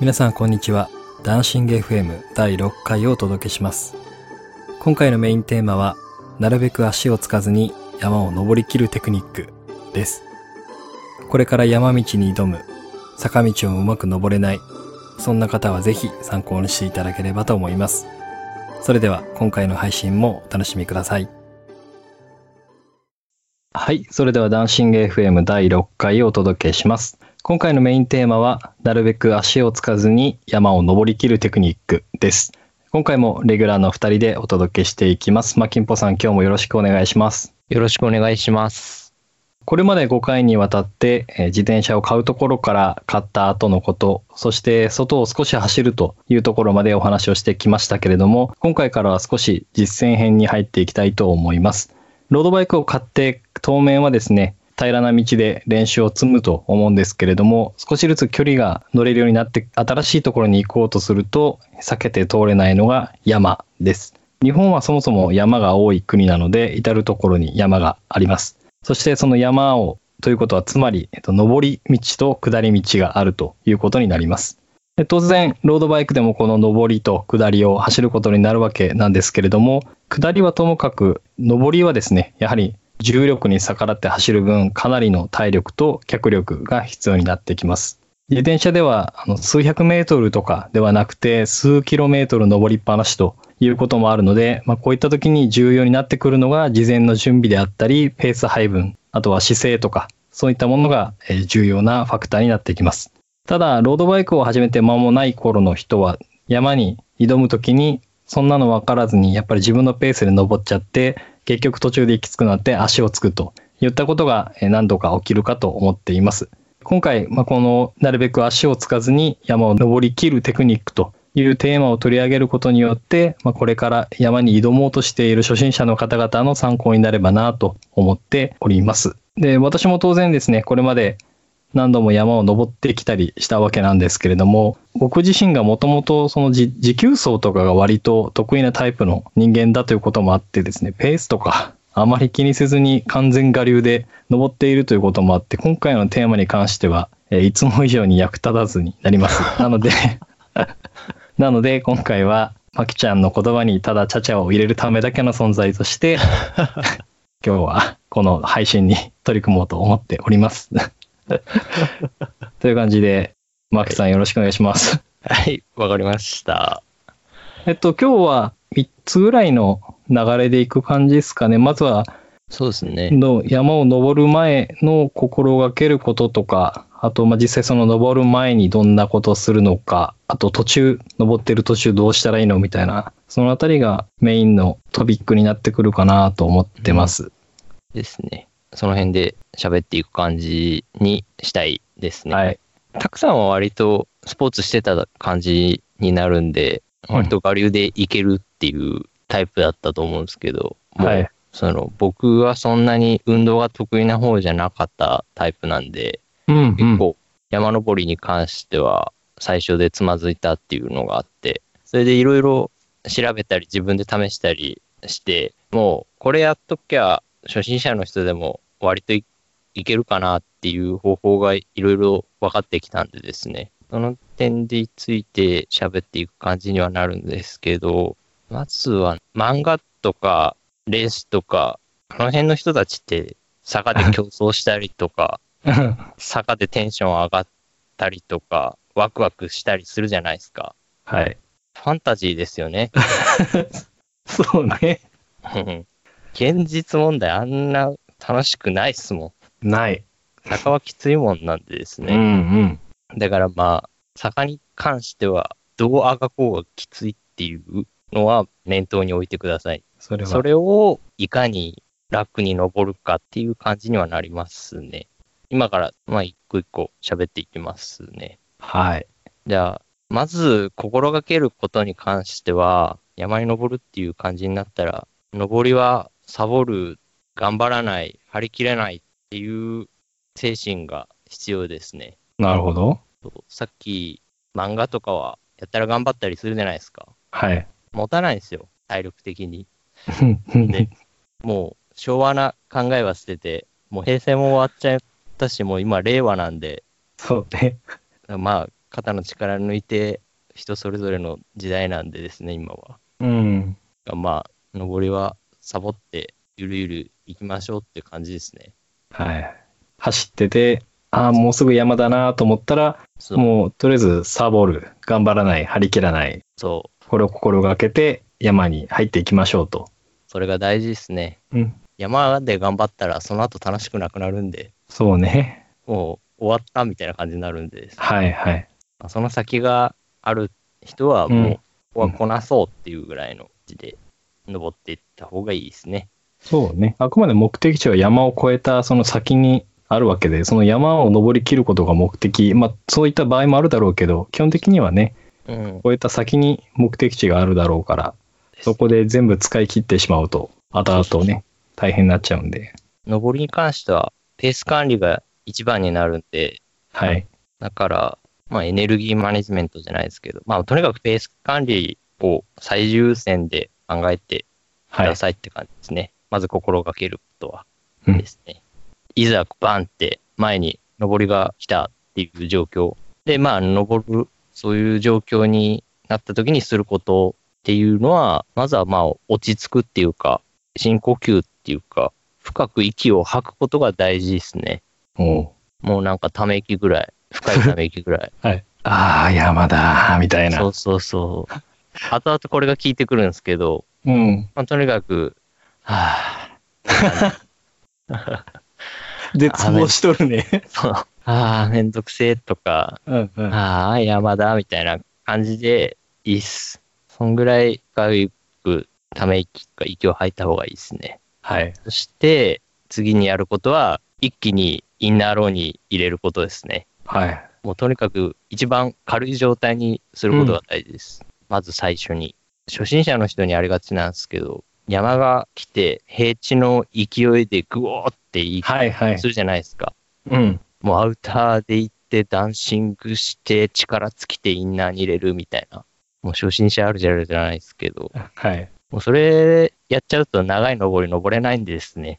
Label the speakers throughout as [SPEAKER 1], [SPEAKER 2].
[SPEAKER 1] 皆さんこんにちはダンシング FM 第6回をお届けします今回のメインテーマはなるべく足をつかずに山を登りきるテクニックですこれから山道に挑む坂道をうまく登れないそんな方はぜひ参考にしていただければと思いますそれでは今回の配信もお楽しみくださいはい。それでは、ダンシング FM 第6回をお届けします。今回のメインテーマは、なるべく足をつかずに山を登りきるテクニックです。今回もレギュラーの2人でお届けしていきます。マキンポさん、今日もよろしくお願いします。
[SPEAKER 2] よろしくお願いします。
[SPEAKER 1] これまで5回にわたって、えー自転車を買うところから買った後のこと、そして外を少し走るというところまでお話をしてきましたけれども、今回からは少し実践編に入っていきたいと思います。ロードバイクを買って当面はですね、平らな道で練習を積むと思うんですけれども、少しずつ距離が乗れるようになって、新しいところに行こうとすると、避けて通れないのが山です。日本はそもそも山が多い国なので、至る所に山があります。そしてその山をということはつまり、えっと、上り道と下り道があるということになります。で当然ロードバイクでもこの上りと下りを走ることになるわけなんですけれども下りはともかく上りはですねやはり重力に逆らって走る分かなりの体力と脚力が必要になってきます。自転車ではあの数百メートルとかではなくて数キロメートル登りっぱなしということもあるので、まあ、こういった時に重要になってくるのが事前の準備であったりペース配分あとは姿勢とかそういったものがえー重要なファクターになってきますただロードバイクを始めて間もない頃の人は山に挑む時にそんなの分からずにやっぱり自分のペースで登っちゃって結局途中できつくなって足をつくといったことがえー何度か起きるかと思っています今回、まあ、このなるべく足をつかずに山を登りきるテクニックというテーマを取り上げることによって、まあ、これから山に挑もうとしている初心者の方々の参考になればなと思っております。で、私も当然ですね、これまで何度も山を登ってきたりしたわけなんですけれども、僕自身がもともとそのじ持久走とかが割と得意なタイプの人間だということもあってですね、ペースとかあまり気にせずに完全我流で登っているということもあって、今回のテーマに関しては、えーいつも以上に役立たずになります。なので、 なので今回は、まきちゃんの言葉にただちゃちゃを入れるためだけの存在として、今日はこの配信に取り組もうと思っております。という感じで、マキさんよろしくお願いします。
[SPEAKER 2] はい、わかりました。
[SPEAKER 1] えっと、今日は3つぐらいの流れでいく感じですかね。まずは、
[SPEAKER 2] そうですね。
[SPEAKER 1] の山を登る前の心がけることとか、あと、まあ、実際その登る前にどんなことするのか、あと途中、登ってる途中どうしたらいいのみたいな、そのあたりがメインのトピックになってくるかなと思ってます。
[SPEAKER 2] ですね。その辺で喋っていく感じにしたいですね。
[SPEAKER 1] はい。
[SPEAKER 2] たくさんは割とスポーツしてた感じになるんで、
[SPEAKER 1] うん
[SPEAKER 2] 割と我流でいけるっていうタイプだったと思うんですけど、もう
[SPEAKER 1] はい。
[SPEAKER 2] その僕はそんなに運動が得意な方じゃなかったタイプなんで、
[SPEAKER 1] うん、うん。
[SPEAKER 2] 結構山登りに関しては最初でつまずいたっていうのがあってそれでいろいろ調べたり自分で試したりしてもうこれやっときゃ初心者の人でも割といいけるかなっていう方法がいろいろ分かってきたんでですねその点について喋っていく感じにはなるんですけどまずは漫画とかレースとかあの辺の人たちって坂で競争したりとか坂でテンション上がったりとか、ワクワクしたりするじゃないですか。
[SPEAKER 1] はい。
[SPEAKER 2] ファンタジーです よね。
[SPEAKER 1] そうね。
[SPEAKER 2] うん現実問題あんな楽しくないっすもん。
[SPEAKER 1] ない。
[SPEAKER 2] 坂はきついもんなんでです
[SPEAKER 1] うん
[SPEAKER 2] ね。
[SPEAKER 1] うん。
[SPEAKER 2] だからまあ、坂に関しては、どうあがこうがきついっていうのは念頭に置いてください。
[SPEAKER 1] それは。
[SPEAKER 2] それをいかに楽に登るかっていう感じにはなりますね。今から、まあ、一個一個喋っていきますね。
[SPEAKER 1] はい。
[SPEAKER 2] じゃあ、まず心がけることに関しては、山に登るっていう感じになったら、登りはサボる、頑張らない、張り切れないっていう精神が必要ですね。
[SPEAKER 1] なるほど。
[SPEAKER 2] そうさっき漫画とかはやったら頑張ったりするじゃないですか。
[SPEAKER 1] はい。
[SPEAKER 2] 持たないんですよ、体力的に。
[SPEAKER 1] ね
[SPEAKER 2] ね、もう昭和な考えは捨てて、もう平成も終わっちゃったし、もう今令和なんで、
[SPEAKER 1] そうね。
[SPEAKER 2] まあ肩の力抜いて、人それぞれの時代なんでですね、今は。
[SPEAKER 1] うん。
[SPEAKER 2] がまあ、上りはサボって、ゆるゆる行きましょうっていう感じですね。
[SPEAKER 1] はい。走ってて、ああ、もうすぐ山だなと思ったら、
[SPEAKER 2] そう
[SPEAKER 1] もうとりあえずサボる、頑張らない、張り切らない、
[SPEAKER 2] そ
[SPEAKER 1] これを心がけて山に入っていきましょうと。
[SPEAKER 2] う。それが大事ですね。
[SPEAKER 1] うん。
[SPEAKER 2] 山で頑張ったら、その後楽しくなくなるんで、
[SPEAKER 1] そうね。
[SPEAKER 2] もう終わったみたいな感じになるんでですね
[SPEAKER 1] はいはい。
[SPEAKER 2] まあその先がある人は
[SPEAKER 1] うん
[SPEAKER 2] もう、ここはこなそうっていうぐらいの字で登っていった方がいいですね。
[SPEAKER 1] そうね。あくまで目的地は山を越えたその先にあるわけで、その山を登り切ることが目的。まあそういった場合もあるだろうけど、基本的にはね、
[SPEAKER 2] うん。
[SPEAKER 1] 越えた先に目的地があるだろうから、そこで全部使い切ってしまうと、後々ね、大変になっちゃうんで。
[SPEAKER 2] 登りに関しては、ペース管理が一番になるんで、
[SPEAKER 1] はい。
[SPEAKER 2] だから、まあ、エネルギーマネジメントじゃないですけど、まあ、とにかくペース管理を最優先で考えてく
[SPEAKER 1] はい
[SPEAKER 2] だ。さいって感じですね。まず心がけることは
[SPEAKER 1] うん
[SPEAKER 2] ですね。いざバンって前に上りが来たっていう状況。で、まあ、上る、そういう状況になった時にすることっていうのは、まずはまあ、落ち着くっていうか、深呼吸っていうか、深く息を吐くことが大事ですね。
[SPEAKER 1] おう
[SPEAKER 2] もうなんかため息ぐらい、深いため息ぐらい。
[SPEAKER 1] はい。ああ、山だ、みたいな。
[SPEAKER 2] そうそうそう。後々これが効いてくるんですけど、
[SPEAKER 1] うん。
[SPEAKER 2] まあ、とにかく、は
[SPEAKER 1] 絶望しとるね。
[SPEAKER 2] ぁ、そう、はぁ、めんどくせえとか、
[SPEAKER 1] うんうん。
[SPEAKER 2] ああ、山だ、みたいな感じで、いいっす。そんぐらい深くため息か息を吐いた方がいいですね。
[SPEAKER 1] はい。
[SPEAKER 2] そして、次にやることは、一気にインナーローに入れることですね。
[SPEAKER 1] はい。
[SPEAKER 2] もうとにかく一番軽い状態にすることが大事です。まず最初に。初心者の人にありがちなんですけど、山が来て平地の勢いでグオーってい
[SPEAKER 1] はいはい
[SPEAKER 2] す。るじゃないですか。
[SPEAKER 1] うん。
[SPEAKER 2] もうアウターで行ってダンシングして力尽きてインナーに入れるみたいな。もう初心者あるじゃあるじゃないですけど、
[SPEAKER 1] はい。
[SPEAKER 2] もうそれやっちゃうと長い登り登れないんでですね。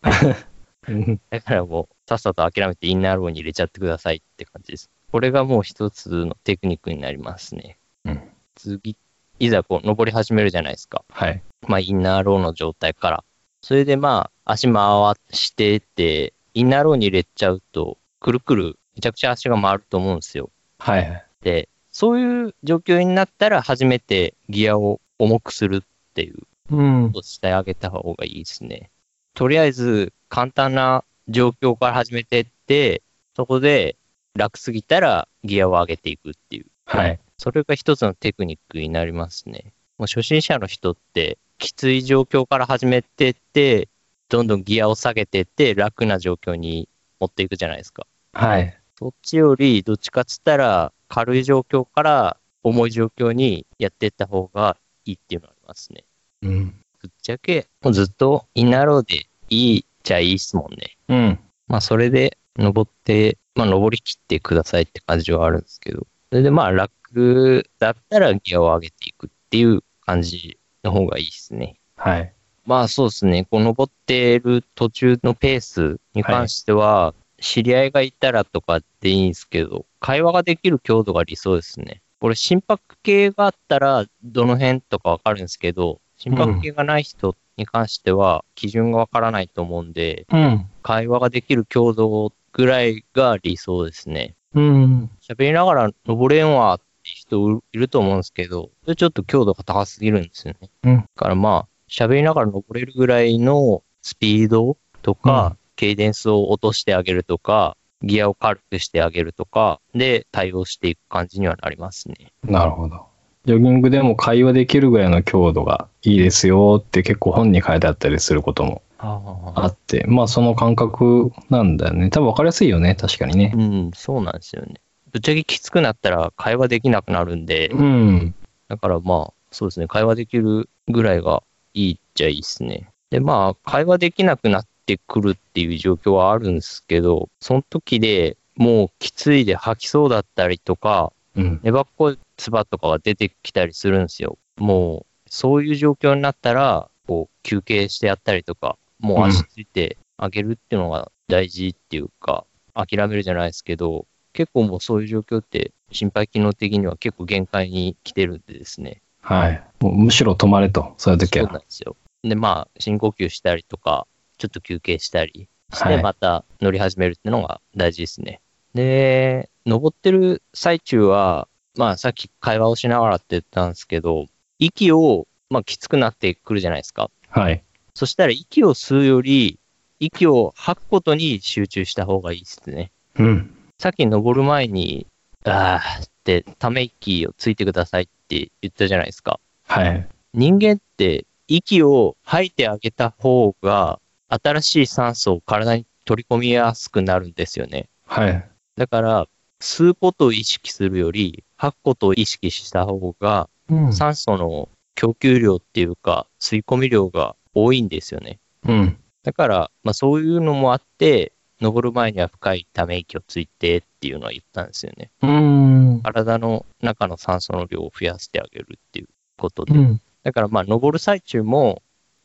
[SPEAKER 1] うん
[SPEAKER 2] だからもうさっさと諦めてインナーローに入れちゃってくださいって感じです。これがもう一つのテクニックになりますね。
[SPEAKER 1] うん
[SPEAKER 2] 次、いざこう登り始めるじゃないですか。
[SPEAKER 1] はい。
[SPEAKER 2] まあインナーローの状態から。それでまあ足回してって、インナーローに入れちゃうと、くるくる、めちゃくちゃ足が回ると思うんですよ。
[SPEAKER 1] はい。
[SPEAKER 2] で、そういう状況になったら初めてギアを重くするっていう
[SPEAKER 1] うん。
[SPEAKER 2] をしてあげた方がいいですね。とりあえず、簡単な状況から始めてって、そこで楽すぎたらギアを上げていくっていう。
[SPEAKER 1] はい。
[SPEAKER 2] それが一つのテクニックになりますね。もう初心者の人って、きつい状況から始めてって、どんどんギアを下げてって、楽な状況に持っていくじゃないですか。
[SPEAKER 1] はい。
[SPEAKER 2] そっちより、どっちかっつったら、軽い状況から重い状況にやっていった方がいいっていうのがありますね。
[SPEAKER 1] うん。
[SPEAKER 2] ぶっちゃけ、もうずっとインナーローでいいっちゃいいっすもんね。
[SPEAKER 1] うん。
[SPEAKER 2] まあそれで登って、まあ登り切ってくださいって感じはあるんですけど、それでまあ楽だったらギアを上げていくっていう感じの方がいいですね。
[SPEAKER 1] はい。
[SPEAKER 2] まあそうですね、こう登ってる途中のペースに関しては、知り合いがいたらとかでいいんですけど、会話ができる強度が理想ですね。これ心拍系があったらどの辺とかわかるんですけど、心拍系がない人に関しては基準がわからないと思うんで、
[SPEAKER 1] うん。
[SPEAKER 2] 会話ができる強度ぐらいが理想ですね。
[SPEAKER 1] うん。
[SPEAKER 2] 喋りながら登れんわって人いると思うんですけど、それちょっと強度が高すぎるんですよね。
[SPEAKER 1] うん。
[SPEAKER 2] だからまあ、喋りながら登れるぐらいのスピードとか、
[SPEAKER 1] うん
[SPEAKER 2] ケイデンスを落としてあげるとか、ギアを軽くしてあげるとか、で対応していく感じにはなりますね。
[SPEAKER 1] なるほど。ジョギングでも会話できるぐらいの強度がいいですよって結構本に書いてあったりすることもあって、まあその感覚なんだよね。多分分かりやすいよね、確かにね
[SPEAKER 2] う。ん、そうなんですよね。ぶっちゃけきつくなったら会話できなくなるんで、
[SPEAKER 1] うん。
[SPEAKER 2] だからまあ、そうですね、会話できるぐらいがいいっちゃいいですね。で、まあ、会話できなくなってくるっていう状況はあるんですけど、その時でもうきついで吐きそうだったりとか、
[SPEAKER 1] うん。
[SPEAKER 2] 粘っこい唾とかが出てきたりするんですよ。もう、そういう状況になったら、こう、休憩してやったりとか、もう足ついてあげるっていうのが大事っていうか、諦めるじゃないですけど、結構もうそういう状況って心肺機能的には結構限界に来てるんでですね。
[SPEAKER 1] はい。もうむしろ止まれと、そういう時
[SPEAKER 2] そう
[SPEAKER 1] は。
[SPEAKER 2] なんですよ。で、まあ、深呼吸したりとか、ちょっと休憩したりして、
[SPEAKER 1] はい
[SPEAKER 2] また乗り始めるっていうのが大事ですね。で、登ってる最中は、まあ、さっき会話をしながらって言ったんですけど、息を、まあ、きつくなってくるじゃないですか。
[SPEAKER 1] はい。
[SPEAKER 2] そしたら息を吸うより、息を吐くことに集中した方がいいですね。
[SPEAKER 1] うん。
[SPEAKER 2] さっき登る前に、あーってため息をついてくださいって言ったじゃないですか。
[SPEAKER 1] はい。
[SPEAKER 2] 人間って息を吐いてあげた方が新しい酸素を体に取り込みやすくなるんですよね。
[SPEAKER 1] はい。
[SPEAKER 2] だから吸うことを意識するより吐くことを意識した方が
[SPEAKER 1] うん
[SPEAKER 2] 酸素の供給量っていうか吸い込み量が多いんですよね。
[SPEAKER 1] うん。
[SPEAKER 2] だから、まあ、そういうのもあって登る前には深いため息をついてっていうのは言ったんですよね。
[SPEAKER 1] うん。
[SPEAKER 2] 体の中の酸素の量を増やしてあげるっていうことで。
[SPEAKER 1] うん。
[SPEAKER 2] だからまあ、登る最中も、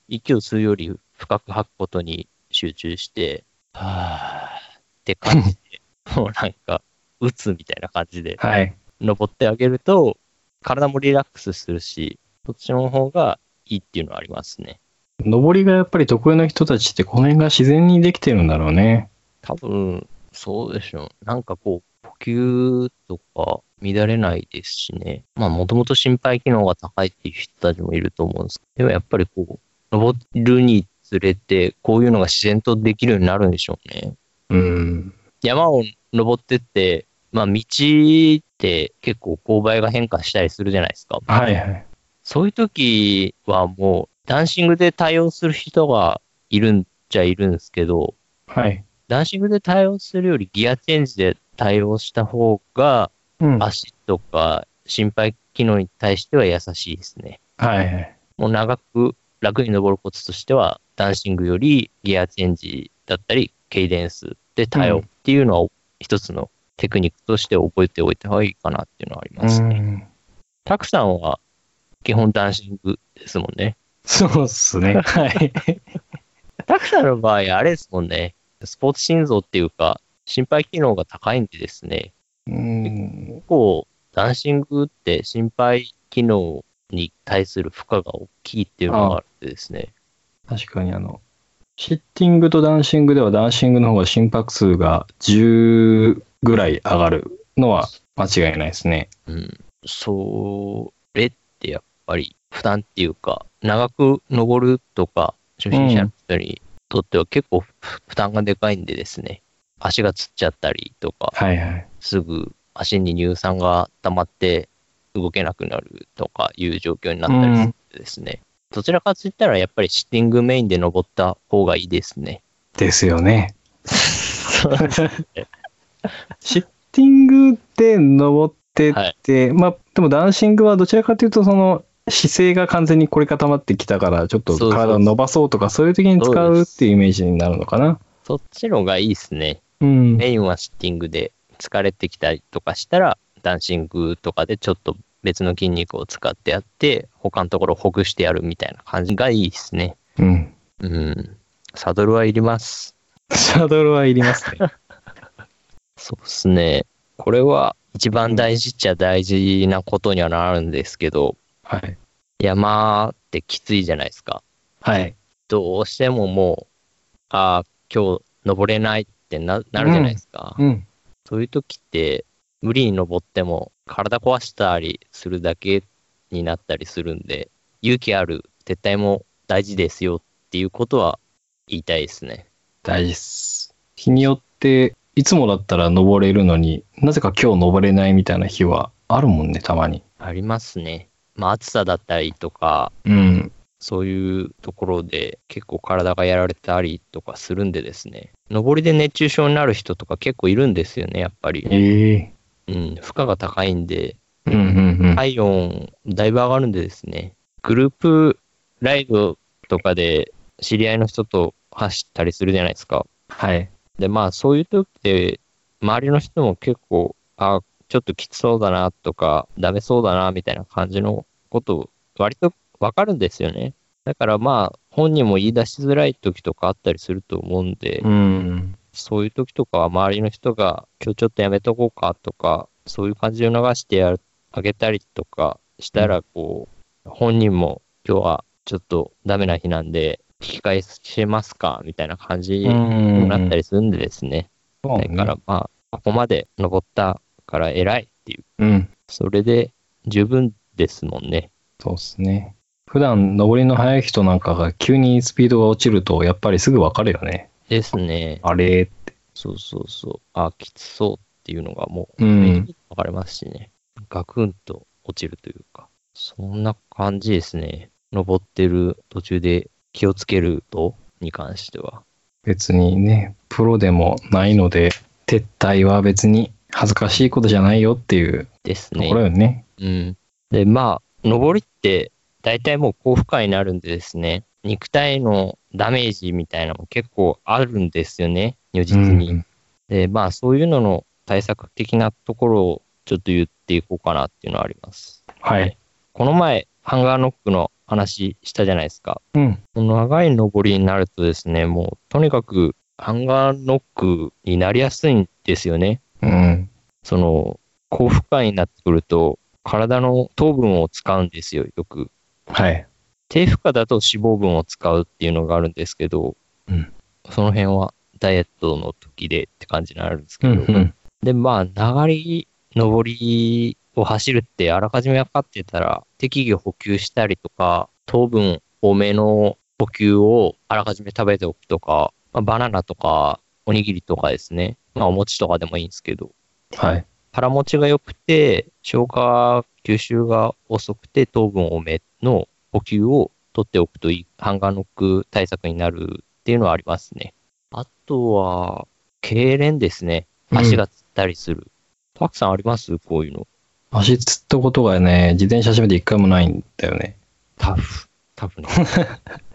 [SPEAKER 2] 息を吸うより深く吐くことに集中して、はぁーって感じで、も うなんか、打つみたいな感じで、
[SPEAKER 1] はい。
[SPEAKER 2] 登ってあげると、体もリラックスするし、そっちの方がいいっていうのはありますね。
[SPEAKER 1] 登りがやっぱり得意な人たちってこの辺が自然にできてるんだろうね。
[SPEAKER 2] 多分、そうでしょう。なんかこう、呼吸とか乱れないですしね。まあ、もともと心肺機能が高いっていう人たちもいると思うんですけど、でもやっぱりこう、登るにつれて、こういうのが自然とできるようになるんでしょうね。
[SPEAKER 1] うん。
[SPEAKER 2] 山を登ってって、まあ、道って結構勾配が変化したりするじゃないですか。
[SPEAKER 1] はいはい。
[SPEAKER 2] そういう時はもう、ダンシングで対応する人がいるんじゃいるんですけど、
[SPEAKER 1] はい。
[SPEAKER 2] ダンシングで対応するよりギアチェンジで対応した方が
[SPEAKER 1] うんはい
[SPEAKER 2] 足とか心肺機能に対しては優しいですね。
[SPEAKER 1] はい。
[SPEAKER 2] もう長く楽に登るコツとしてはダンシングよりギアチェンジだったりケイデンスで対応っていうのは一つのテクニックとして覚えておいた方がいいかなっていうのはあり
[SPEAKER 1] う
[SPEAKER 2] ますね。
[SPEAKER 1] ん。
[SPEAKER 2] たくさんは基本ダンシングですもんね。
[SPEAKER 1] そうっすね。 はい。
[SPEAKER 2] たくさんの場合あれですもんね。スポーツ心臓っていうか心肺機能が高いんでですね。
[SPEAKER 1] うん。
[SPEAKER 2] 結構、ダンシングって心肺機能に対する負荷が大きいっていうのがあってですね。
[SPEAKER 1] 確かにあの、シッティングとダンシングではダンシングの方が心拍数が10ぐらい上がるのは間違いないですね。
[SPEAKER 2] うん。それってやっぱり負担っていうか、長く登るとか、初心者の人にとっては結構ふ負担がでかいんでですね。足がつっちゃったりとか、
[SPEAKER 1] はいはい。
[SPEAKER 2] すぐ足に乳酸が溜まって動けなくなるとかいう状況になったりするんでですね。どちらかといったらやっぱりシッティングメインで登った方がいいですね。
[SPEAKER 1] ですよね。 シッティングで登ってって、まあでもダンシングはどちらかというとその姿勢が完全に凝り固まってきたからちょっと
[SPEAKER 2] そうそう
[SPEAKER 1] 体を伸ばそうとかそういう時に使うっていうイメージになるのかな。
[SPEAKER 2] そっちの方がいいですね。
[SPEAKER 1] うん。
[SPEAKER 2] メインはシッティングで疲れてきたりとかしたら、ダンシングとかでちょっと別の筋肉を使ってやって、他のところをほぐしてやるみたいな感じがいいですね。
[SPEAKER 1] うん。
[SPEAKER 2] うん。サドルはいります。
[SPEAKER 1] サドルはいります ね。
[SPEAKER 2] そうですね。これは一番大事っちゃ大事なことにはなるんですけど、
[SPEAKER 1] はい。
[SPEAKER 2] 山ってきついじゃないですか。
[SPEAKER 1] はい。
[SPEAKER 2] どうしてももう、ああ、今日登れないってななるじゃないですか。
[SPEAKER 1] うん。
[SPEAKER 2] そういう時って、無理に登っても体壊したりするだけになったりするんで、勇気ある撤退も大事ですよっていうことは言いたいですね。
[SPEAKER 1] 大事っす。日によって、いつもだったら登れるのに、なぜか今日登れないみたいな日はあるもんね、たまに。
[SPEAKER 2] ありますね。まあ暑さだったりとか、
[SPEAKER 1] うん。
[SPEAKER 2] そういうところで結構体がやられたりとかするんでですね。登りで熱中症になる人とか結構いるんですよね、やっぱり。
[SPEAKER 1] ええ
[SPEAKER 2] うん、負荷が高いんで、
[SPEAKER 1] うんうんうん。
[SPEAKER 2] 体温だいぶ上がるんでですね、グループライドとかで知り合いの人と走ったりするじゃないですか。
[SPEAKER 1] はい。
[SPEAKER 2] で、まあそういう時って、周りの人も結構、あ、ちょっときつそうだなとか、ダメそうだなみたいな感じのこと、割とわかるんですよね。だからまあ、本人も言い出しづらい時とかあったりすると思うんで、
[SPEAKER 1] うん。
[SPEAKER 2] そういう時とかは周りの人が今日ちょっとやめとこうかとか、そういう感じを流してやるあげたりとかしたら、こう、本人も今日はちょっとダメな日なんで、引き返しますかみたいな感じに
[SPEAKER 1] ん
[SPEAKER 2] なったりするんでですね。
[SPEAKER 1] そう
[SPEAKER 2] だ
[SPEAKER 1] ね
[SPEAKER 2] からまあ、ここまで登ったから偉いっていう、
[SPEAKER 1] うん。
[SPEAKER 2] それで十分ですもんね。
[SPEAKER 1] そうですね。普段、登りの速い人なんかが急にスピードが落ちると、やっぱりすぐわかるよね。
[SPEAKER 2] ですね。
[SPEAKER 1] あれ
[SPEAKER 2] そうそうそう。あ、きつそうっていうのがもう、
[SPEAKER 1] うん
[SPEAKER 2] わかりますしね。ガクンと落ちるというか、そんな感じですね。登ってる途中で気をつけるとに関しては。
[SPEAKER 1] 別にね、プロでもないので、撤退は別に恥ずかしいことじゃないよっていう
[SPEAKER 2] です
[SPEAKER 1] と
[SPEAKER 2] ね。
[SPEAKER 1] ころよね。
[SPEAKER 2] うん。で、まあ、登りって大体もう高負荷になるんでですね、肉体のダメージみたいなのも結構あるんですよね、如実に。
[SPEAKER 1] うん
[SPEAKER 2] で、まあ、そういうのの対策的なところをちょっと言っていこうかなっていうのはあります。
[SPEAKER 1] はい。
[SPEAKER 2] この前、ハンガーノックの話したじゃないですか。
[SPEAKER 1] うん。
[SPEAKER 2] この長い登りになるとですね、もうとにかくハンガーノックになりやすいんですよね。
[SPEAKER 1] うん。
[SPEAKER 2] その、高負荷になってくると、体の糖分を使うんですよ、よく。
[SPEAKER 1] はい。
[SPEAKER 2] 低負荷だと脂肪分を使うっていうのがあるんですけど、
[SPEAKER 1] うん
[SPEAKER 2] その辺はダイエットの時でって感じになるんですけ
[SPEAKER 1] うん
[SPEAKER 2] ど、
[SPEAKER 1] うん。
[SPEAKER 2] で、まあ、流れ、上りを走るって、あらかじめ分かってたら、適宜補給したりとか、糖分多めの補給をあらかじめ食べておくとか、まあ、バナナとか、おにぎりとかですね。まあ、お餅とかでもいいんですけど、
[SPEAKER 1] はい。
[SPEAKER 2] 腹持ちが良くて、消化、吸収が遅くて、糖分多めの補給を取っておくといい、ハンガーノック対策になるっていうのはありますね。あとは、痙攣ですね。
[SPEAKER 1] うん
[SPEAKER 2] 足がつったりする。たくさんありますこういうの。
[SPEAKER 1] 足つったことがね、自転車始めて一回もないんだよね。
[SPEAKER 2] タフ。タフね。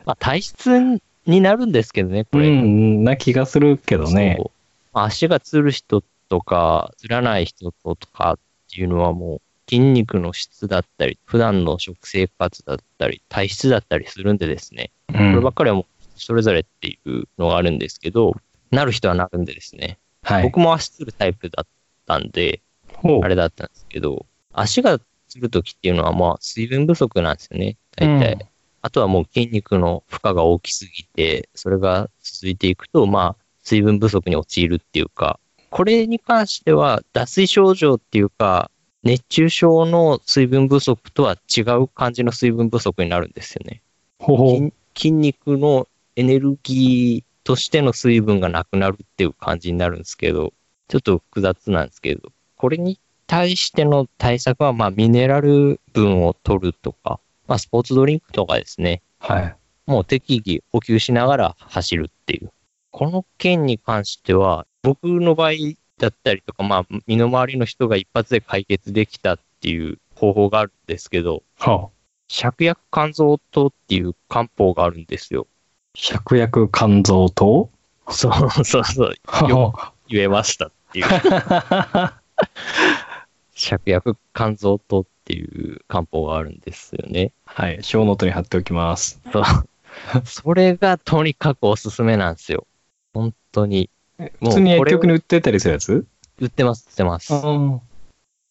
[SPEAKER 2] まあ、体質になるんですけどね、こ
[SPEAKER 1] う
[SPEAKER 2] れ。
[SPEAKER 1] ん、な気がするけどね。
[SPEAKER 2] そうまあ足がつる人とか、つらない人とかっていうのはもう筋肉の質だったり、普段の食生活だったり、体質だったりするんでですね、
[SPEAKER 1] う
[SPEAKER 2] これ
[SPEAKER 1] ん
[SPEAKER 2] ばっかりはもうそれぞれっていうのがあるんですけど、なる人はなるんでですね、
[SPEAKER 1] はい。
[SPEAKER 2] 僕も足つるタイプだったんで、
[SPEAKER 1] ほう
[SPEAKER 2] あれだったんですけど、足がつるときっていうのはまあ水分不足なんですよね、大体。
[SPEAKER 1] うん
[SPEAKER 2] あとはもう筋肉の負荷が大きすぎて、それが続いていくと、まあ、水分不足に陥るっていうか、これに関しては、脱水症状っていうか、熱中症の水分不足とは違う感じの水分不足になるんですよね。
[SPEAKER 1] ほうほう。
[SPEAKER 2] 筋筋肉のエネルギーとしての水分がなくなるっていう感じになるんですけど、ちょっと複雑なんですけど、これに対しての対策は、まあ、ミネラル分を取るとか、まあ、スポーツドリンクとかですね、
[SPEAKER 1] はい。
[SPEAKER 2] もう適宜補給しながら走るっていう。この件に関しては、僕の場合だったりとか、まあ、身の回りの人が一発で解決できたっていう方法があるんですけど、
[SPEAKER 1] はあ。
[SPEAKER 2] 芍薬肝臓糖っていう漢方があるんですよ。
[SPEAKER 1] 芍薬肝臓と
[SPEAKER 2] そうそうそう、よ言えましたっ ていう。芍薬肝臓糖っていう漢方があるんですよね。
[SPEAKER 1] はい。小ノートに貼っておきます。
[SPEAKER 2] そうそれがとにかくおすすめなんですよ。本当に。
[SPEAKER 1] 普通に
[SPEAKER 2] もう
[SPEAKER 1] 薬
[SPEAKER 2] これ
[SPEAKER 1] 局に売ってたりするやつ
[SPEAKER 2] 売ってます、売ってます。
[SPEAKER 1] ん。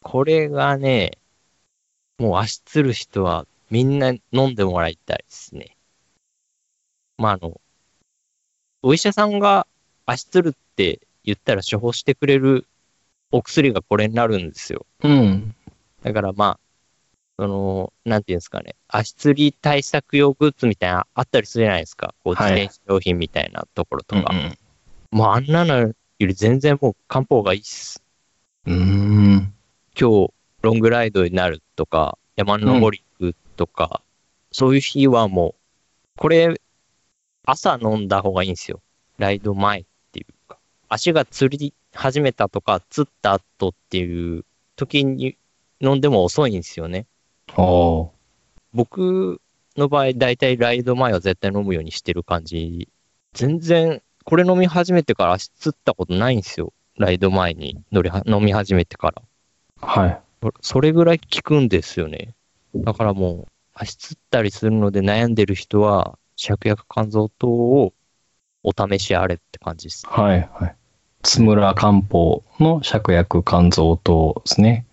[SPEAKER 2] これがね、もう足つる人はみんな飲んでもらいたいですね。まあ、あの、お医者さんが足つるって言ったら処方してくれるお薬がこれになるんですよ。
[SPEAKER 1] うん。
[SPEAKER 2] だからまあ、その、なんていうんですかね、足つり対策用グッズみたいな、あったりするじゃないですか。こう、自
[SPEAKER 1] はい
[SPEAKER 2] 転車用品みたいなところとか。もうあんなのより全然もう漢方がいいっす。
[SPEAKER 1] うん。
[SPEAKER 2] 今日ロングライドになるとか、山の登り行くとか、そういう日はもう、これ、朝飲んだ方がいいんですよ。ライド前っていうか。足がつり始めたとか、つった後っていう時に飲んでも遅いんですよね。
[SPEAKER 1] おー
[SPEAKER 2] 僕の場合、だいたいライド前は絶対飲むようにしてる感じ。全然、これ飲み始めてから足つったことないんですよ。ライド前に乗りは飲み始めてから。
[SPEAKER 1] はい。
[SPEAKER 2] そそれぐらい効くんですよね。だからもう、足つったりするので悩んでる人は、芍薬肝臓等をお試しあれって感じです。
[SPEAKER 1] はい。はい。津村漢方の芍薬肝臓糖ですね。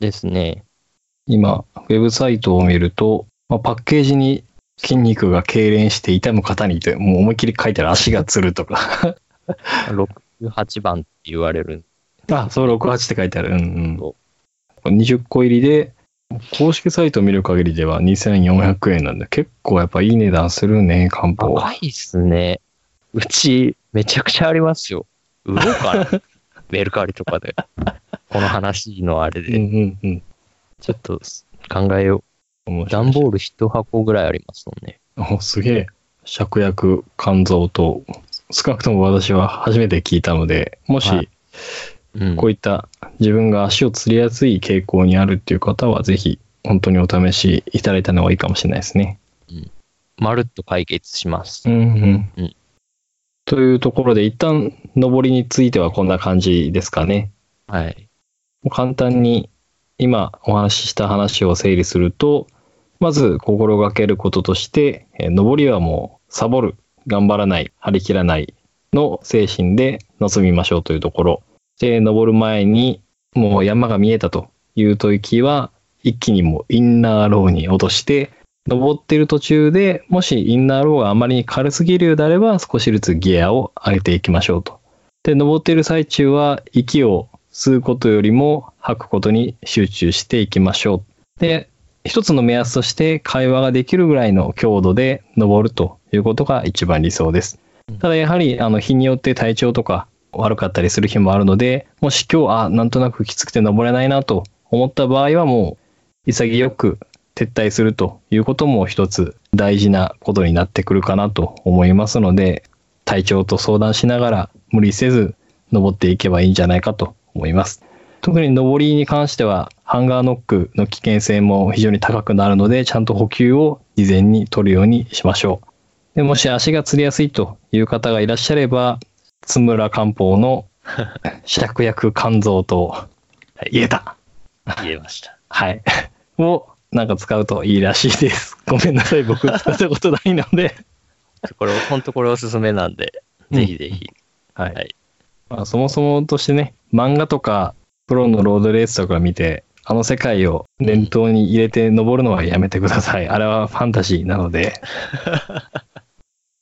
[SPEAKER 2] ですね。
[SPEAKER 1] 今、ウェブサイトを見ると、まあ、パッケージに筋肉が痙攣して痛む方にと、もう思いっきり書いてある足がつるとか。
[SPEAKER 2] 68番って言われる。
[SPEAKER 1] あ、そう、68って書いてある。うん
[SPEAKER 2] そ
[SPEAKER 1] うん。20個入りで、公式サイトを見る限りでは2400円なんで、結構やっぱいい値段するね、漢方。
[SPEAKER 2] 高いっすね。うち、めちゃくちゃありますよ。売ろうかな。 メルカリとかで。この話のあれ
[SPEAKER 1] うんう
[SPEAKER 2] で、
[SPEAKER 1] んうん。
[SPEAKER 2] ちょっと考えよ
[SPEAKER 1] 面
[SPEAKER 2] う。
[SPEAKER 1] 白い
[SPEAKER 2] 段ボール一箱ぐらいありますもんね。
[SPEAKER 1] おすげえ。芍薬、肝臓と、少なくとも私は初めて聞いたので、も
[SPEAKER 2] は
[SPEAKER 1] し
[SPEAKER 2] いうん
[SPEAKER 1] こういった自分が足をつりやすい傾向にあるっていう方は、ぜひ本当にお試しいただいたのがいいかもしれないですね。
[SPEAKER 2] まるっと解決します。
[SPEAKER 1] ん
[SPEAKER 2] う
[SPEAKER 1] うんん。というところで、一旦上りについてはこんな感じですかね。
[SPEAKER 2] はい。
[SPEAKER 1] 簡単に今お話しした話を整理すると、まず心がけることとして、えー上りはもうサボる、頑張らない、張り切らないの精神で臨みましょうというところ。で、登る前にもう山が見えたという吐息は、一気にもうインナーローに落として、登っている途中でもしインナーローがあまりに軽すぎるようであれば、少しずつギアを上げていきましょうと。で、登っている最中は息を吸うことよりも吐くことに集中していきましょう。で、一つの目安として会話ができるぐらいの強度で登るということが一番理想です。ただやはり、あの、日によって体調とか悪かったりする日もあるので、もし今日、あ、なんとなくきつくて登れないなと思った場合はもう、潔く撤退するということも一つ大事なことになってくるかなと思いますので、体調と相談しながら無理せず登っていけばいいんじゃないかと思います。特に登りに関してはハンガーノックの危険性も非常に高くなるのでちゃんと補給を事前に取るようにしましょう。でもし足がつりやすいという方がいらっしゃれば津村漢方の芍薬肝臓と言えた
[SPEAKER 2] 言えました。
[SPEAKER 1] はい。 をなんか使うといいらしいです。ごめんなさい。僕使ったことないので。
[SPEAKER 2] これ、ほんとこれおすすめなんで、
[SPEAKER 1] うん
[SPEAKER 2] ぜひぜひ。
[SPEAKER 1] はい。
[SPEAKER 2] はい
[SPEAKER 1] まあ、そもそもとしてね、漫画とか、プロのロードレースとか見て、あの世界を念頭に入れて登るのはやめてください。あれはファンタジーなので。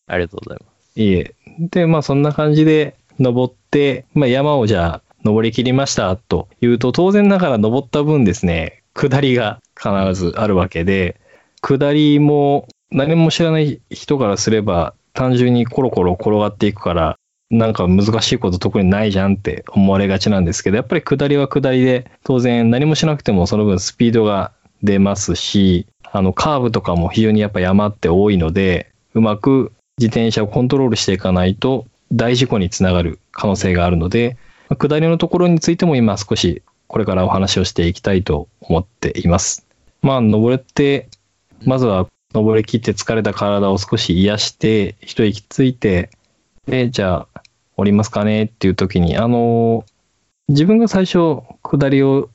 [SPEAKER 2] ありがとうございます。
[SPEAKER 1] いいえ。で、まあそんな感じで登って、まあ山をじゃあ登り切りましたというと、当然ながら登った分ですね、下りが必ずあるわけで、下りも何も知らない人からすれば単純にコロコロ転がっていくから、なんか難しいこと特にないじゃんって思われがちなんですけど、やっぱり下りは下りで、当然何もしなくてもその分スピードが出ますし、あのカーブとかも非常にやっぱ山って多いので、うまく自転車をコントロールしていかないと大事故につながる可能性があるので、まあ下りのところについても今少しこれからお話をしていきたいと思っています。まあ、登れて、まずは登り切って疲れた体を少し癒して、一息ついて、で、じゃあ、降りますかねっていう時に、あのー自分が最初、下りを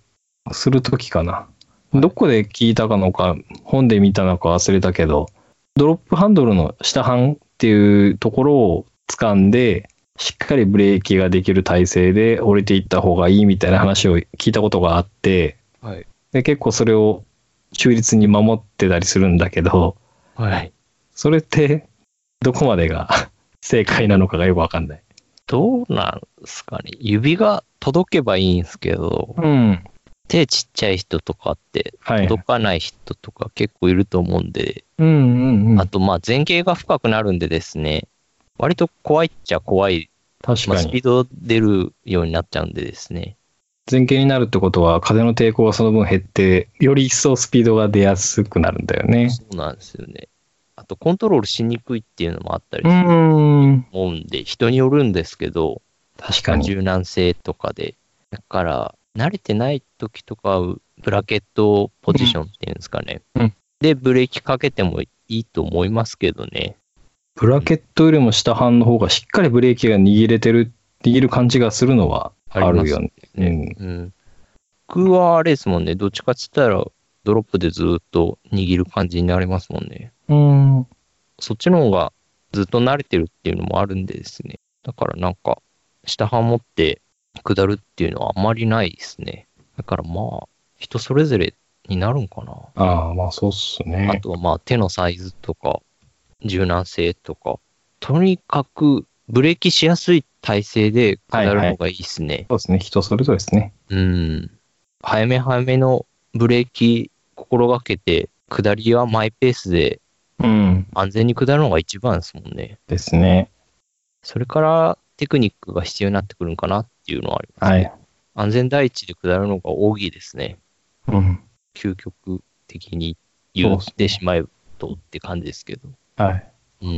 [SPEAKER 1] する時かな。どこで聞いたかのか、本で見たのか忘れたけど、ドロップハンドルの下半っていうところを掴んで、しっかりブレーキができる体勢で降りていった方がいいみたいな話を聞いたことがあって、
[SPEAKER 2] はい。
[SPEAKER 1] で結構それを中立に守ってたりするんだけど、
[SPEAKER 2] はい。
[SPEAKER 1] それってどこまでが 正解なのかがよくわかんない。
[SPEAKER 2] どうなんすかね。指が届けばいいんすけど、
[SPEAKER 1] うん。
[SPEAKER 2] 手ちっちゃい人とかって、
[SPEAKER 1] はい。
[SPEAKER 2] 届かない人とか結構いると思うんで、
[SPEAKER 1] うんうんうん
[SPEAKER 2] あ。とまあ前傾が深くなるんでですね、割と怖いっちゃ怖い、
[SPEAKER 1] 確
[SPEAKER 2] まあ、
[SPEAKER 1] か
[SPEAKER 2] スピ
[SPEAKER 1] に。
[SPEAKER 2] ード出るようになっちゃうんでですね、
[SPEAKER 1] 前傾になるってことは風の抵抗がその分減って、より一層スピードが出やすくなるんだよね。
[SPEAKER 2] そうなんですよね。あとコントロールしにくいっていうのもあったり
[SPEAKER 1] う
[SPEAKER 2] する
[SPEAKER 1] ーん。
[SPEAKER 2] と思うんで、人によるんですけど、
[SPEAKER 1] 確かに。
[SPEAKER 2] 柔軟性とかで。だから、慣れてない時とかは、ブラケットポジションっていうんですかね。
[SPEAKER 1] うん
[SPEAKER 2] で、ブレーキかけてもいいと思いますけどね。
[SPEAKER 1] ブラケットよりも下半の方がしっかりブレーキが握れてる、握る感じがするのはあるよね。
[SPEAKER 2] ありますね。うん。僕はあれですもんね、どっちかっつったら、ドロップでずっと握る感じになりますもんね。
[SPEAKER 1] うん。
[SPEAKER 2] そっちの方がずっと慣れてるっていうのもあるんでですね。だからなんか、下半持って下るっていうのはあまりないですね。だからまあ、人それぞれになるんかな。
[SPEAKER 1] ああ、まあそうっす
[SPEAKER 2] あ
[SPEAKER 1] ね。
[SPEAKER 2] とはまあ手のサイズとか、柔軟性とか、とにかくブレーキしやすい体勢で下るのがいいですね。
[SPEAKER 1] そうですね。人それぞれですね。
[SPEAKER 2] うん。早め早めのブレーキ心がけて、下りはマイペースで
[SPEAKER 1] うん。
[SPEAKER 2] 安全に下るのが一番ですもんね。
[SPEAKER 1] ですね。
[SPEAKER 2] それからテクニックが必要になってくるんかなっていうのはあります。
[SPEAKER 1] はい。
[SPEAKER 2] 安全第一で下るのが奥義ですね。
[SPEAKER 1] うん。
[SPEAKER 2] 究極的に言ってしまえとって感じですけど。
[SPEAKER 1] はい。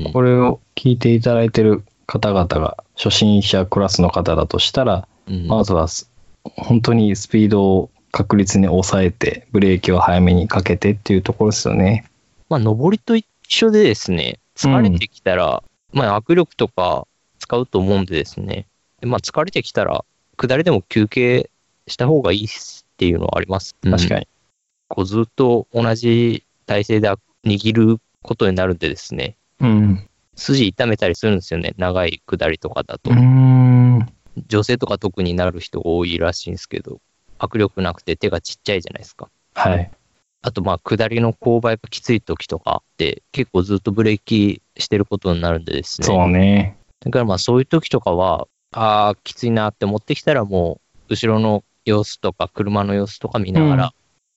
[SPEAKER 2] うん。
[SPEAKER 1] これを聞いていただいてる方々が初心者クラスの方だとしたら、
[SPEAKER 2] うん
[SPEAKER 1] まずはす本当にスピードを確率に抑えて、ブレーキを早めにかけてっていうところですよね。
[SPEAKER 2] まあ、登りと一緒でですね、疲れてきたら、まあ、握力とか使うと思うんでですね、でまあ、疲れてきたら、下りでも休憩した方がいいっていうのはあります。
[SPEAKER 1] 確か
[SPEAKER 2] に。
[SPEAKER 1] に。
[SPEAKER 2] こうずっと同じ体勢で握ることになるんでですね、
[SPEAKER 1] うん。
[SPEAKER 2] 筋痛めたりするんですよね、長い下りとかだと
[SPEAKER 1] う。ん。
[SPEAKER 2] 女性とか特になる人が多いらしいんですけど、握力なくて手がちっちゃいじゃないですか。
[SPEAKER 1] はい。
[SPEAKER 2] あと、まあ、下りの勾配がきつい時とかって、結構ずっとブレーキしてることになるんでですね。
[SPEAKER 1] そうね。
[SPEAKER 2] だから、まあ、そういう時とかは、ああ、きついなって持ってきたら、もう、後ろの様子とか、車の様子とか見なが
[SPEAKER 1] うん
[SPEAKER 2] ら、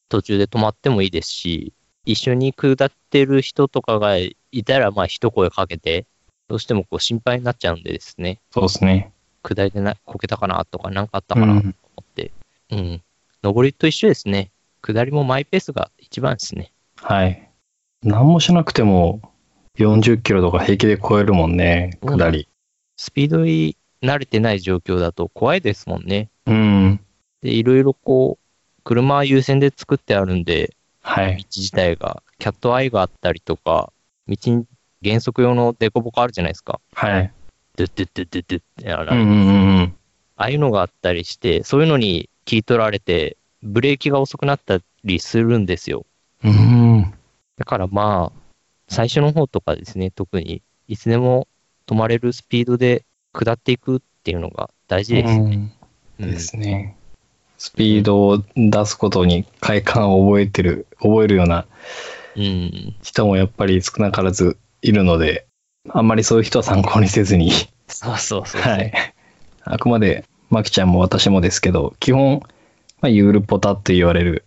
[SPEAKER 2] 途中で止まってもいいですし、一緒に下ってる人とかがいたら、まあ、一声かけて、どうしてもこう心配になっちゃうんでですね、
[SPEAKER 1] そうですね。
[SPEAKER 2] 下りでなこけたかなとか、なんかあったかな
[SPEAKER 1] う
[SPEAKER 2] と思
[SPEAKER 1] ん
[SPEAKER 2] って、うん、上りと一緒ですね。下りもマイペースが一番ですね。
[SPEAKER 1] はい。何もしなくても40キロとか平気で超えるもんね、
[SPEAKER 2] うん
[SPEAKER 1] 下り。
[SPEAKER 2] スピードに慣れてない状況だと怖いですもんね。
[SPEAKER 1] うん。
[SPEAKER 2] で、いろいろこう、車優先で作ってあるんで、
[SPEAKER 1] は
[SPEAKER 2] 道
[SPEAKER 1] い。
[SPEAKER 2] 自体が、キャットアイがあったりとか、道に減速用のデコボコあるじゃないですか。
[SPEAKER 1] はい。
[SPEAKER 2] ドゥッドゥッドゥッドゥッドゥッってあら
[SPEAKER 1] うんうんうんうん。
[SPEAKER 2] ああいうのがあったりして、そういうのに聞い取られて、ブレーキが遅くなったりするんですよ。
[SPEAKER 1] うん。
[SPEAKER 2] だからまあ、最初の方とかですね、特に、いつでも止まれるスピードで下っていくっていうのが大事です。
[SPEAKER 1] うん
[SPEAKER 2] うん
[SPEAKER 1] ですね。スピードを出すことに快感を覚えてる、覚えるような
[SPEAKER 2] うん
[SPEAKER 1] 人もやっぱり少なからずいるので、あんまりそういう人は参考にせずに。
[SPEAKER 2] そうそうそうそう。
[SPEAKER 1] はい。あくまで、まきちゃんも私もですけど、基本、まあ、ゆるぽたって言われる、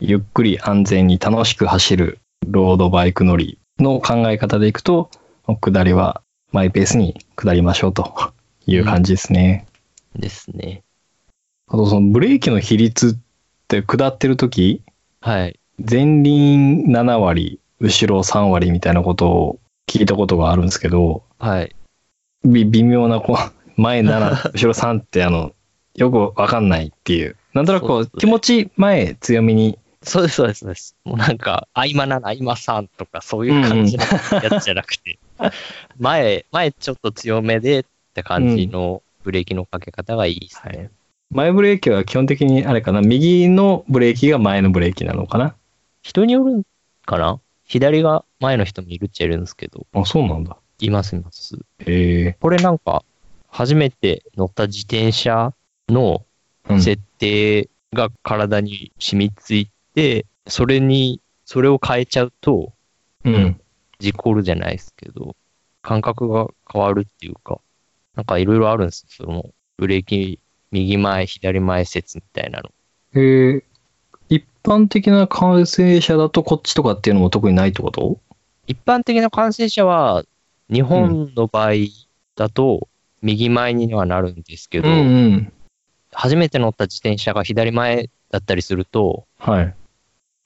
[SPEAKER 1] ゆっくり安全に楽しく走るロードバイク乗りの考え方でいくと、下りはマイペースに下りましょうという感じですね。
[SPEAKER 2] ですね。
[SPEAKER 1] あと、そのブレーキの比率って下ってる時
[SPEAKER 2] はい。
[SPEAKER 1] 前輪7割、後ろ3割みたいなことを聞いたことがあるんですけど、
[SPEAKER 2] はい。
[SPEAKER 1] び微妙なこう前7後ろ3ってあの よくわかんないっていうなんとなくこ
[SPEAKER 2] そう
[SPEAKER 1] う
[SPEAKER 2] ですね
[SPEAKER 1] 気持ち前強みに
[SPEAKER 2] そうです、そうです、そうです。もうなんか、合間なら合間さんとか、そういう感じのやつじゃなくて、 前、前ちょっと強めでって感じのブレーキのかけ方がいいですね。
[SPEAKER 1] 前ブレーキは基本的にあれかな右のブレーキが前のブレーキなのかな
[SPEAKER 2] 人によるんかな左が前の人もいるっちゃいるんですけど、
[SPEAKER 1] あそうなんだ
[SPEAKER 2] います、います。
[SPEAKER 1] へえ
[SPEAKER 2] これなんか、初めて乗った自転車の
[SPEAKER 1] うん
[SPEAKER 2] 設定が体に染みついて、それに、それを変えちゃうと、
[SPEAKER 1] うん
[SPEAKER 2] 事故るじゃないですけど、感覚が変わるっていうか、なんかいろいろあるんですよ。その、ブレーキ、右前、左前説みたいなの。
[SPEAKER 1] へえ一般的な完成車だとこっちとかっていうのも特にないってこと
[SPEAKER 2] 一般的な感染者は、日本の場合だと、右前にはなるんですけど、
[SPEAKER 1] うん
[SPEAKER 2] 初めて乗った自転車が左前だったりすると、
[SPEAKER 1] はい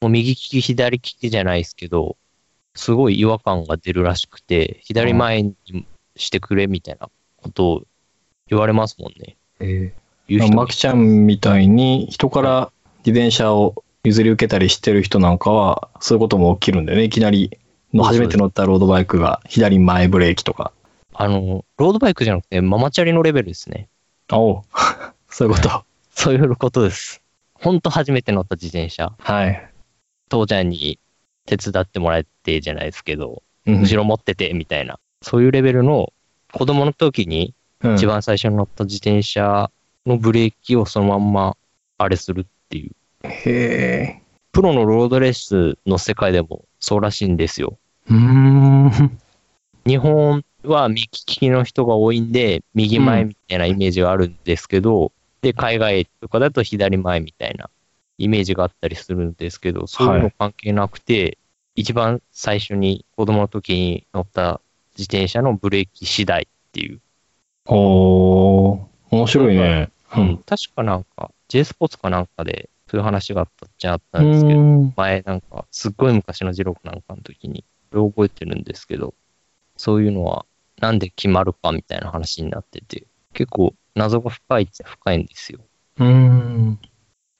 [SPEAKER 2] もう右利き、左利きじゃないですけど、すごい違和感が出るらしくて、左前にしてくれみたいなことを言われますもんね。
[SPEAKER 1] え
[SPEAKER 2] 言う
[SPEAKER 1] ま
[SPEAKER 2] 人も
[SPEAKER 1] きちゃんみたいに人から自転車を譲り受けたりしてる人なんかはそういうことも起きるんだよねいきなりの初めて乗ったロードバイクが左前ブレーキとか
[SPEAKER 2] あの、ロードバイクじゃなくて、ママチャリのレベルですね。
[SPEAKER 1] あおう そういうこと
[SPEAKER 2] そういうことです。ほんと初めて乗った自転車。
[SPEAKER 1] はい、
[SPEAKER 2] 父ちゃんに手伝ってもらってじゃないですけど、
[SPEAKER 1] うん
[SPEAKER 2] 後ろ持っててみたいな。そういうレベルの、子供の時に
[SPEAKER 1] うん
[SPEAKER 2] 一番最初に乗った自転車のブレーキをそのまんまあれするっていう。
[SPEAKER 1] へえ。
[SPEAKER 2] プロのロードレースの世界でもそうらしいんですよ。
[SPEAKER 1] うーん。
[SPEAKER 2] 日本は右利きの人が多いんで、右前みたいなイメージがあるんですけど、で、海外とかだと左前みたいなイメージがあったりするんですけど、そういうの関係なくて、一番最初に子供の時に乗った自転車のブレーキ次第っていう。
[SPEAKER 1] おー。面白いね。うん。
[SPEAKER 2] 確かなんか、J スポーツかなんかで、そういう話があったっちゃあった
[SPEAKER 1] うん
[SPEAKER 2] ですけど、
[SPEAKER 1] ん
[SPEAKER 2] 前なんか、すっごい昔のジロクなんかの時に、それを覚えてるんですけど、そういうのは、なんで決まるかみたいな話になってて、結構謎が深いっちゃ深いんですよ。
[SPEAKER 1] うん。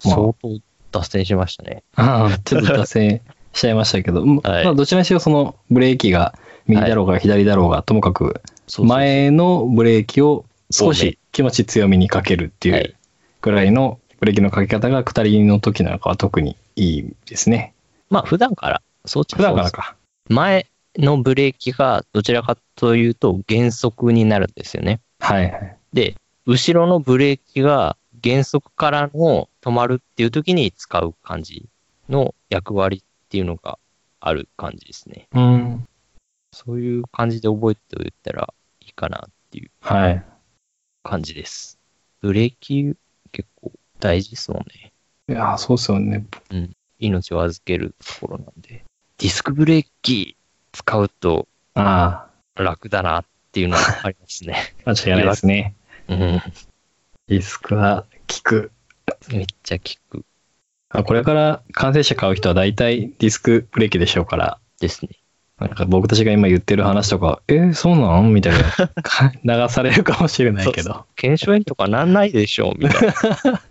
[SPEAKER 1] まあ
[SPEAKER 2] 相当脱線しましたね。
[SPEAKER 1] ああ、ちょっと脱線しちゃいましたけど、
[SPEAKER 2] はい
[SPEAKER 1] まあどちらにしろそのブレーキが右だろうが左だろうが、ともかく
[SPEAKER 2] そうそうそう
[SPEAKER 1] 前のブレーキを少
[SPEAKER 2] そうね
[SPEAKER 1] し気持ち強めにかけるってい
[SPEAKER 2] は
[SPEAKER 1] う
[SPEAKER 2] い
[SPEAKER 1] くらいのブレーキのかけ方が下りの時なんかは特にいいですね。
[SPEAKER 2] まあ、普段から、そう
[SPEAKER 1] 普段からか。
[SPEAKER 2] 前のブレーキが、どちらかというと、減速になるんですよね。
[SPEAKER 1] はいはい。
[SPEAKER 2] で、後ろのブレーキが減速からの止まるっていう時に使う感じの役割っていうのがある感じですね。
[SPEAKER 1] うん。
[SPEAKER 2] そういう感じで覚えておいたらいいかなっていう
[SPEAKER 1] はい。
[SPEAKER 2] 感じです。ブレーキ結構大事ですもんね。
[SPEAKER 1] いやー、そうですよね。
[SPEAKER 2] 命を預けるところなんで。ディスクブレーキ使うと
[SPEAKER 1] あ
[SPEAKER 2] 楽だなっていうのはありますね。
[SPEAKER 1] あ、間違いないですね。
[SPEAKER 2] うん。
[SPEAKER 1] リスクは効く。
[SPEAKER 2] めっちゃ効く
[SPEAKER 1] あこれから完成車買う人は大体ディスクブレーキでしょうから、
[SPEAKER 2] ですね。
[SPEAKER 1] なんか僕たちが今言ってる話とか、えー、そうなんみたいなか 流されるかもしれないけど。
[SPEAKER 2] 検証炎とかなんないでしょうみたいな。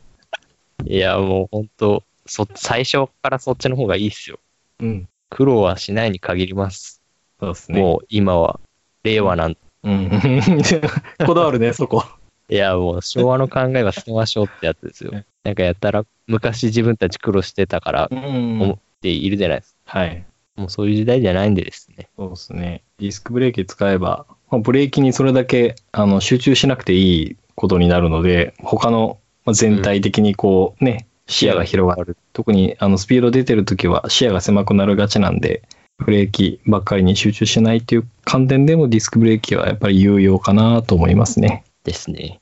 [SPEAKER 2] いや、もう本当そ、最初からそっちの方がいいっすよ。
[SPEAKER 1] うん。
[SPEAKER 2] 苦労はしないに限ります。
[SPEAKER 1] そうですね。
[SPEAKER 2] もう今は、令和なん
[SPEAKER 1] うん。 こだわるね、そこ。
[SPEAKER 2] いや、もう昭和の考えは捨てましょうってやつですよ
[SPEAKER 1] ね。
[SPEAKER 2] なんかやったら、昔自分たち苦労してたから
[SPEAKER 1] う
[SPEAKER 2] っ
[SPEAKER 1] ん
[SPEAKER 2] 思。ているじゃないですか。
[SPEAKER 1] はい。
[SPEAKER 2] もうそういう時代じゃないんでですね。
[SPEAKER 1] そうですね。ディスクブレーキ使えば、まあブレーキにそれだけあの集中しなくていいことになるので、他のまあ全体的にこうね、視野が広がる。
[SPEAKER 2] る。
[SPEAKER 1] 特にあのスピード出てるときは視野が狭くなるがちなんで、ブレーキばっかりに集中しないっていう観点でもディスクブレーキはやっぱり有用かなと思いますね。
[SPEAKER 2] ですね。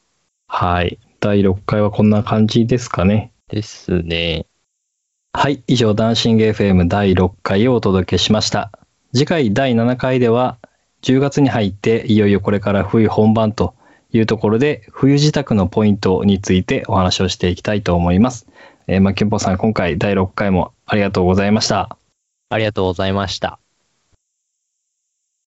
[SPEAKER 1] はい。第6回はこんな感じですかね。
[SPEAKER 2] ですね。
[SPEAKER 1] はい。以上、ダンシング FM 第6回をお届けしました。次回第7回では、10月に入っていよいよこれから冬本番というところで、冬支度のポイントについてお話をしていきたいと思います。えー、マッキンポンさん、今回第6回もありがとうございました。
[SPEAKER 2] ありがとうございました。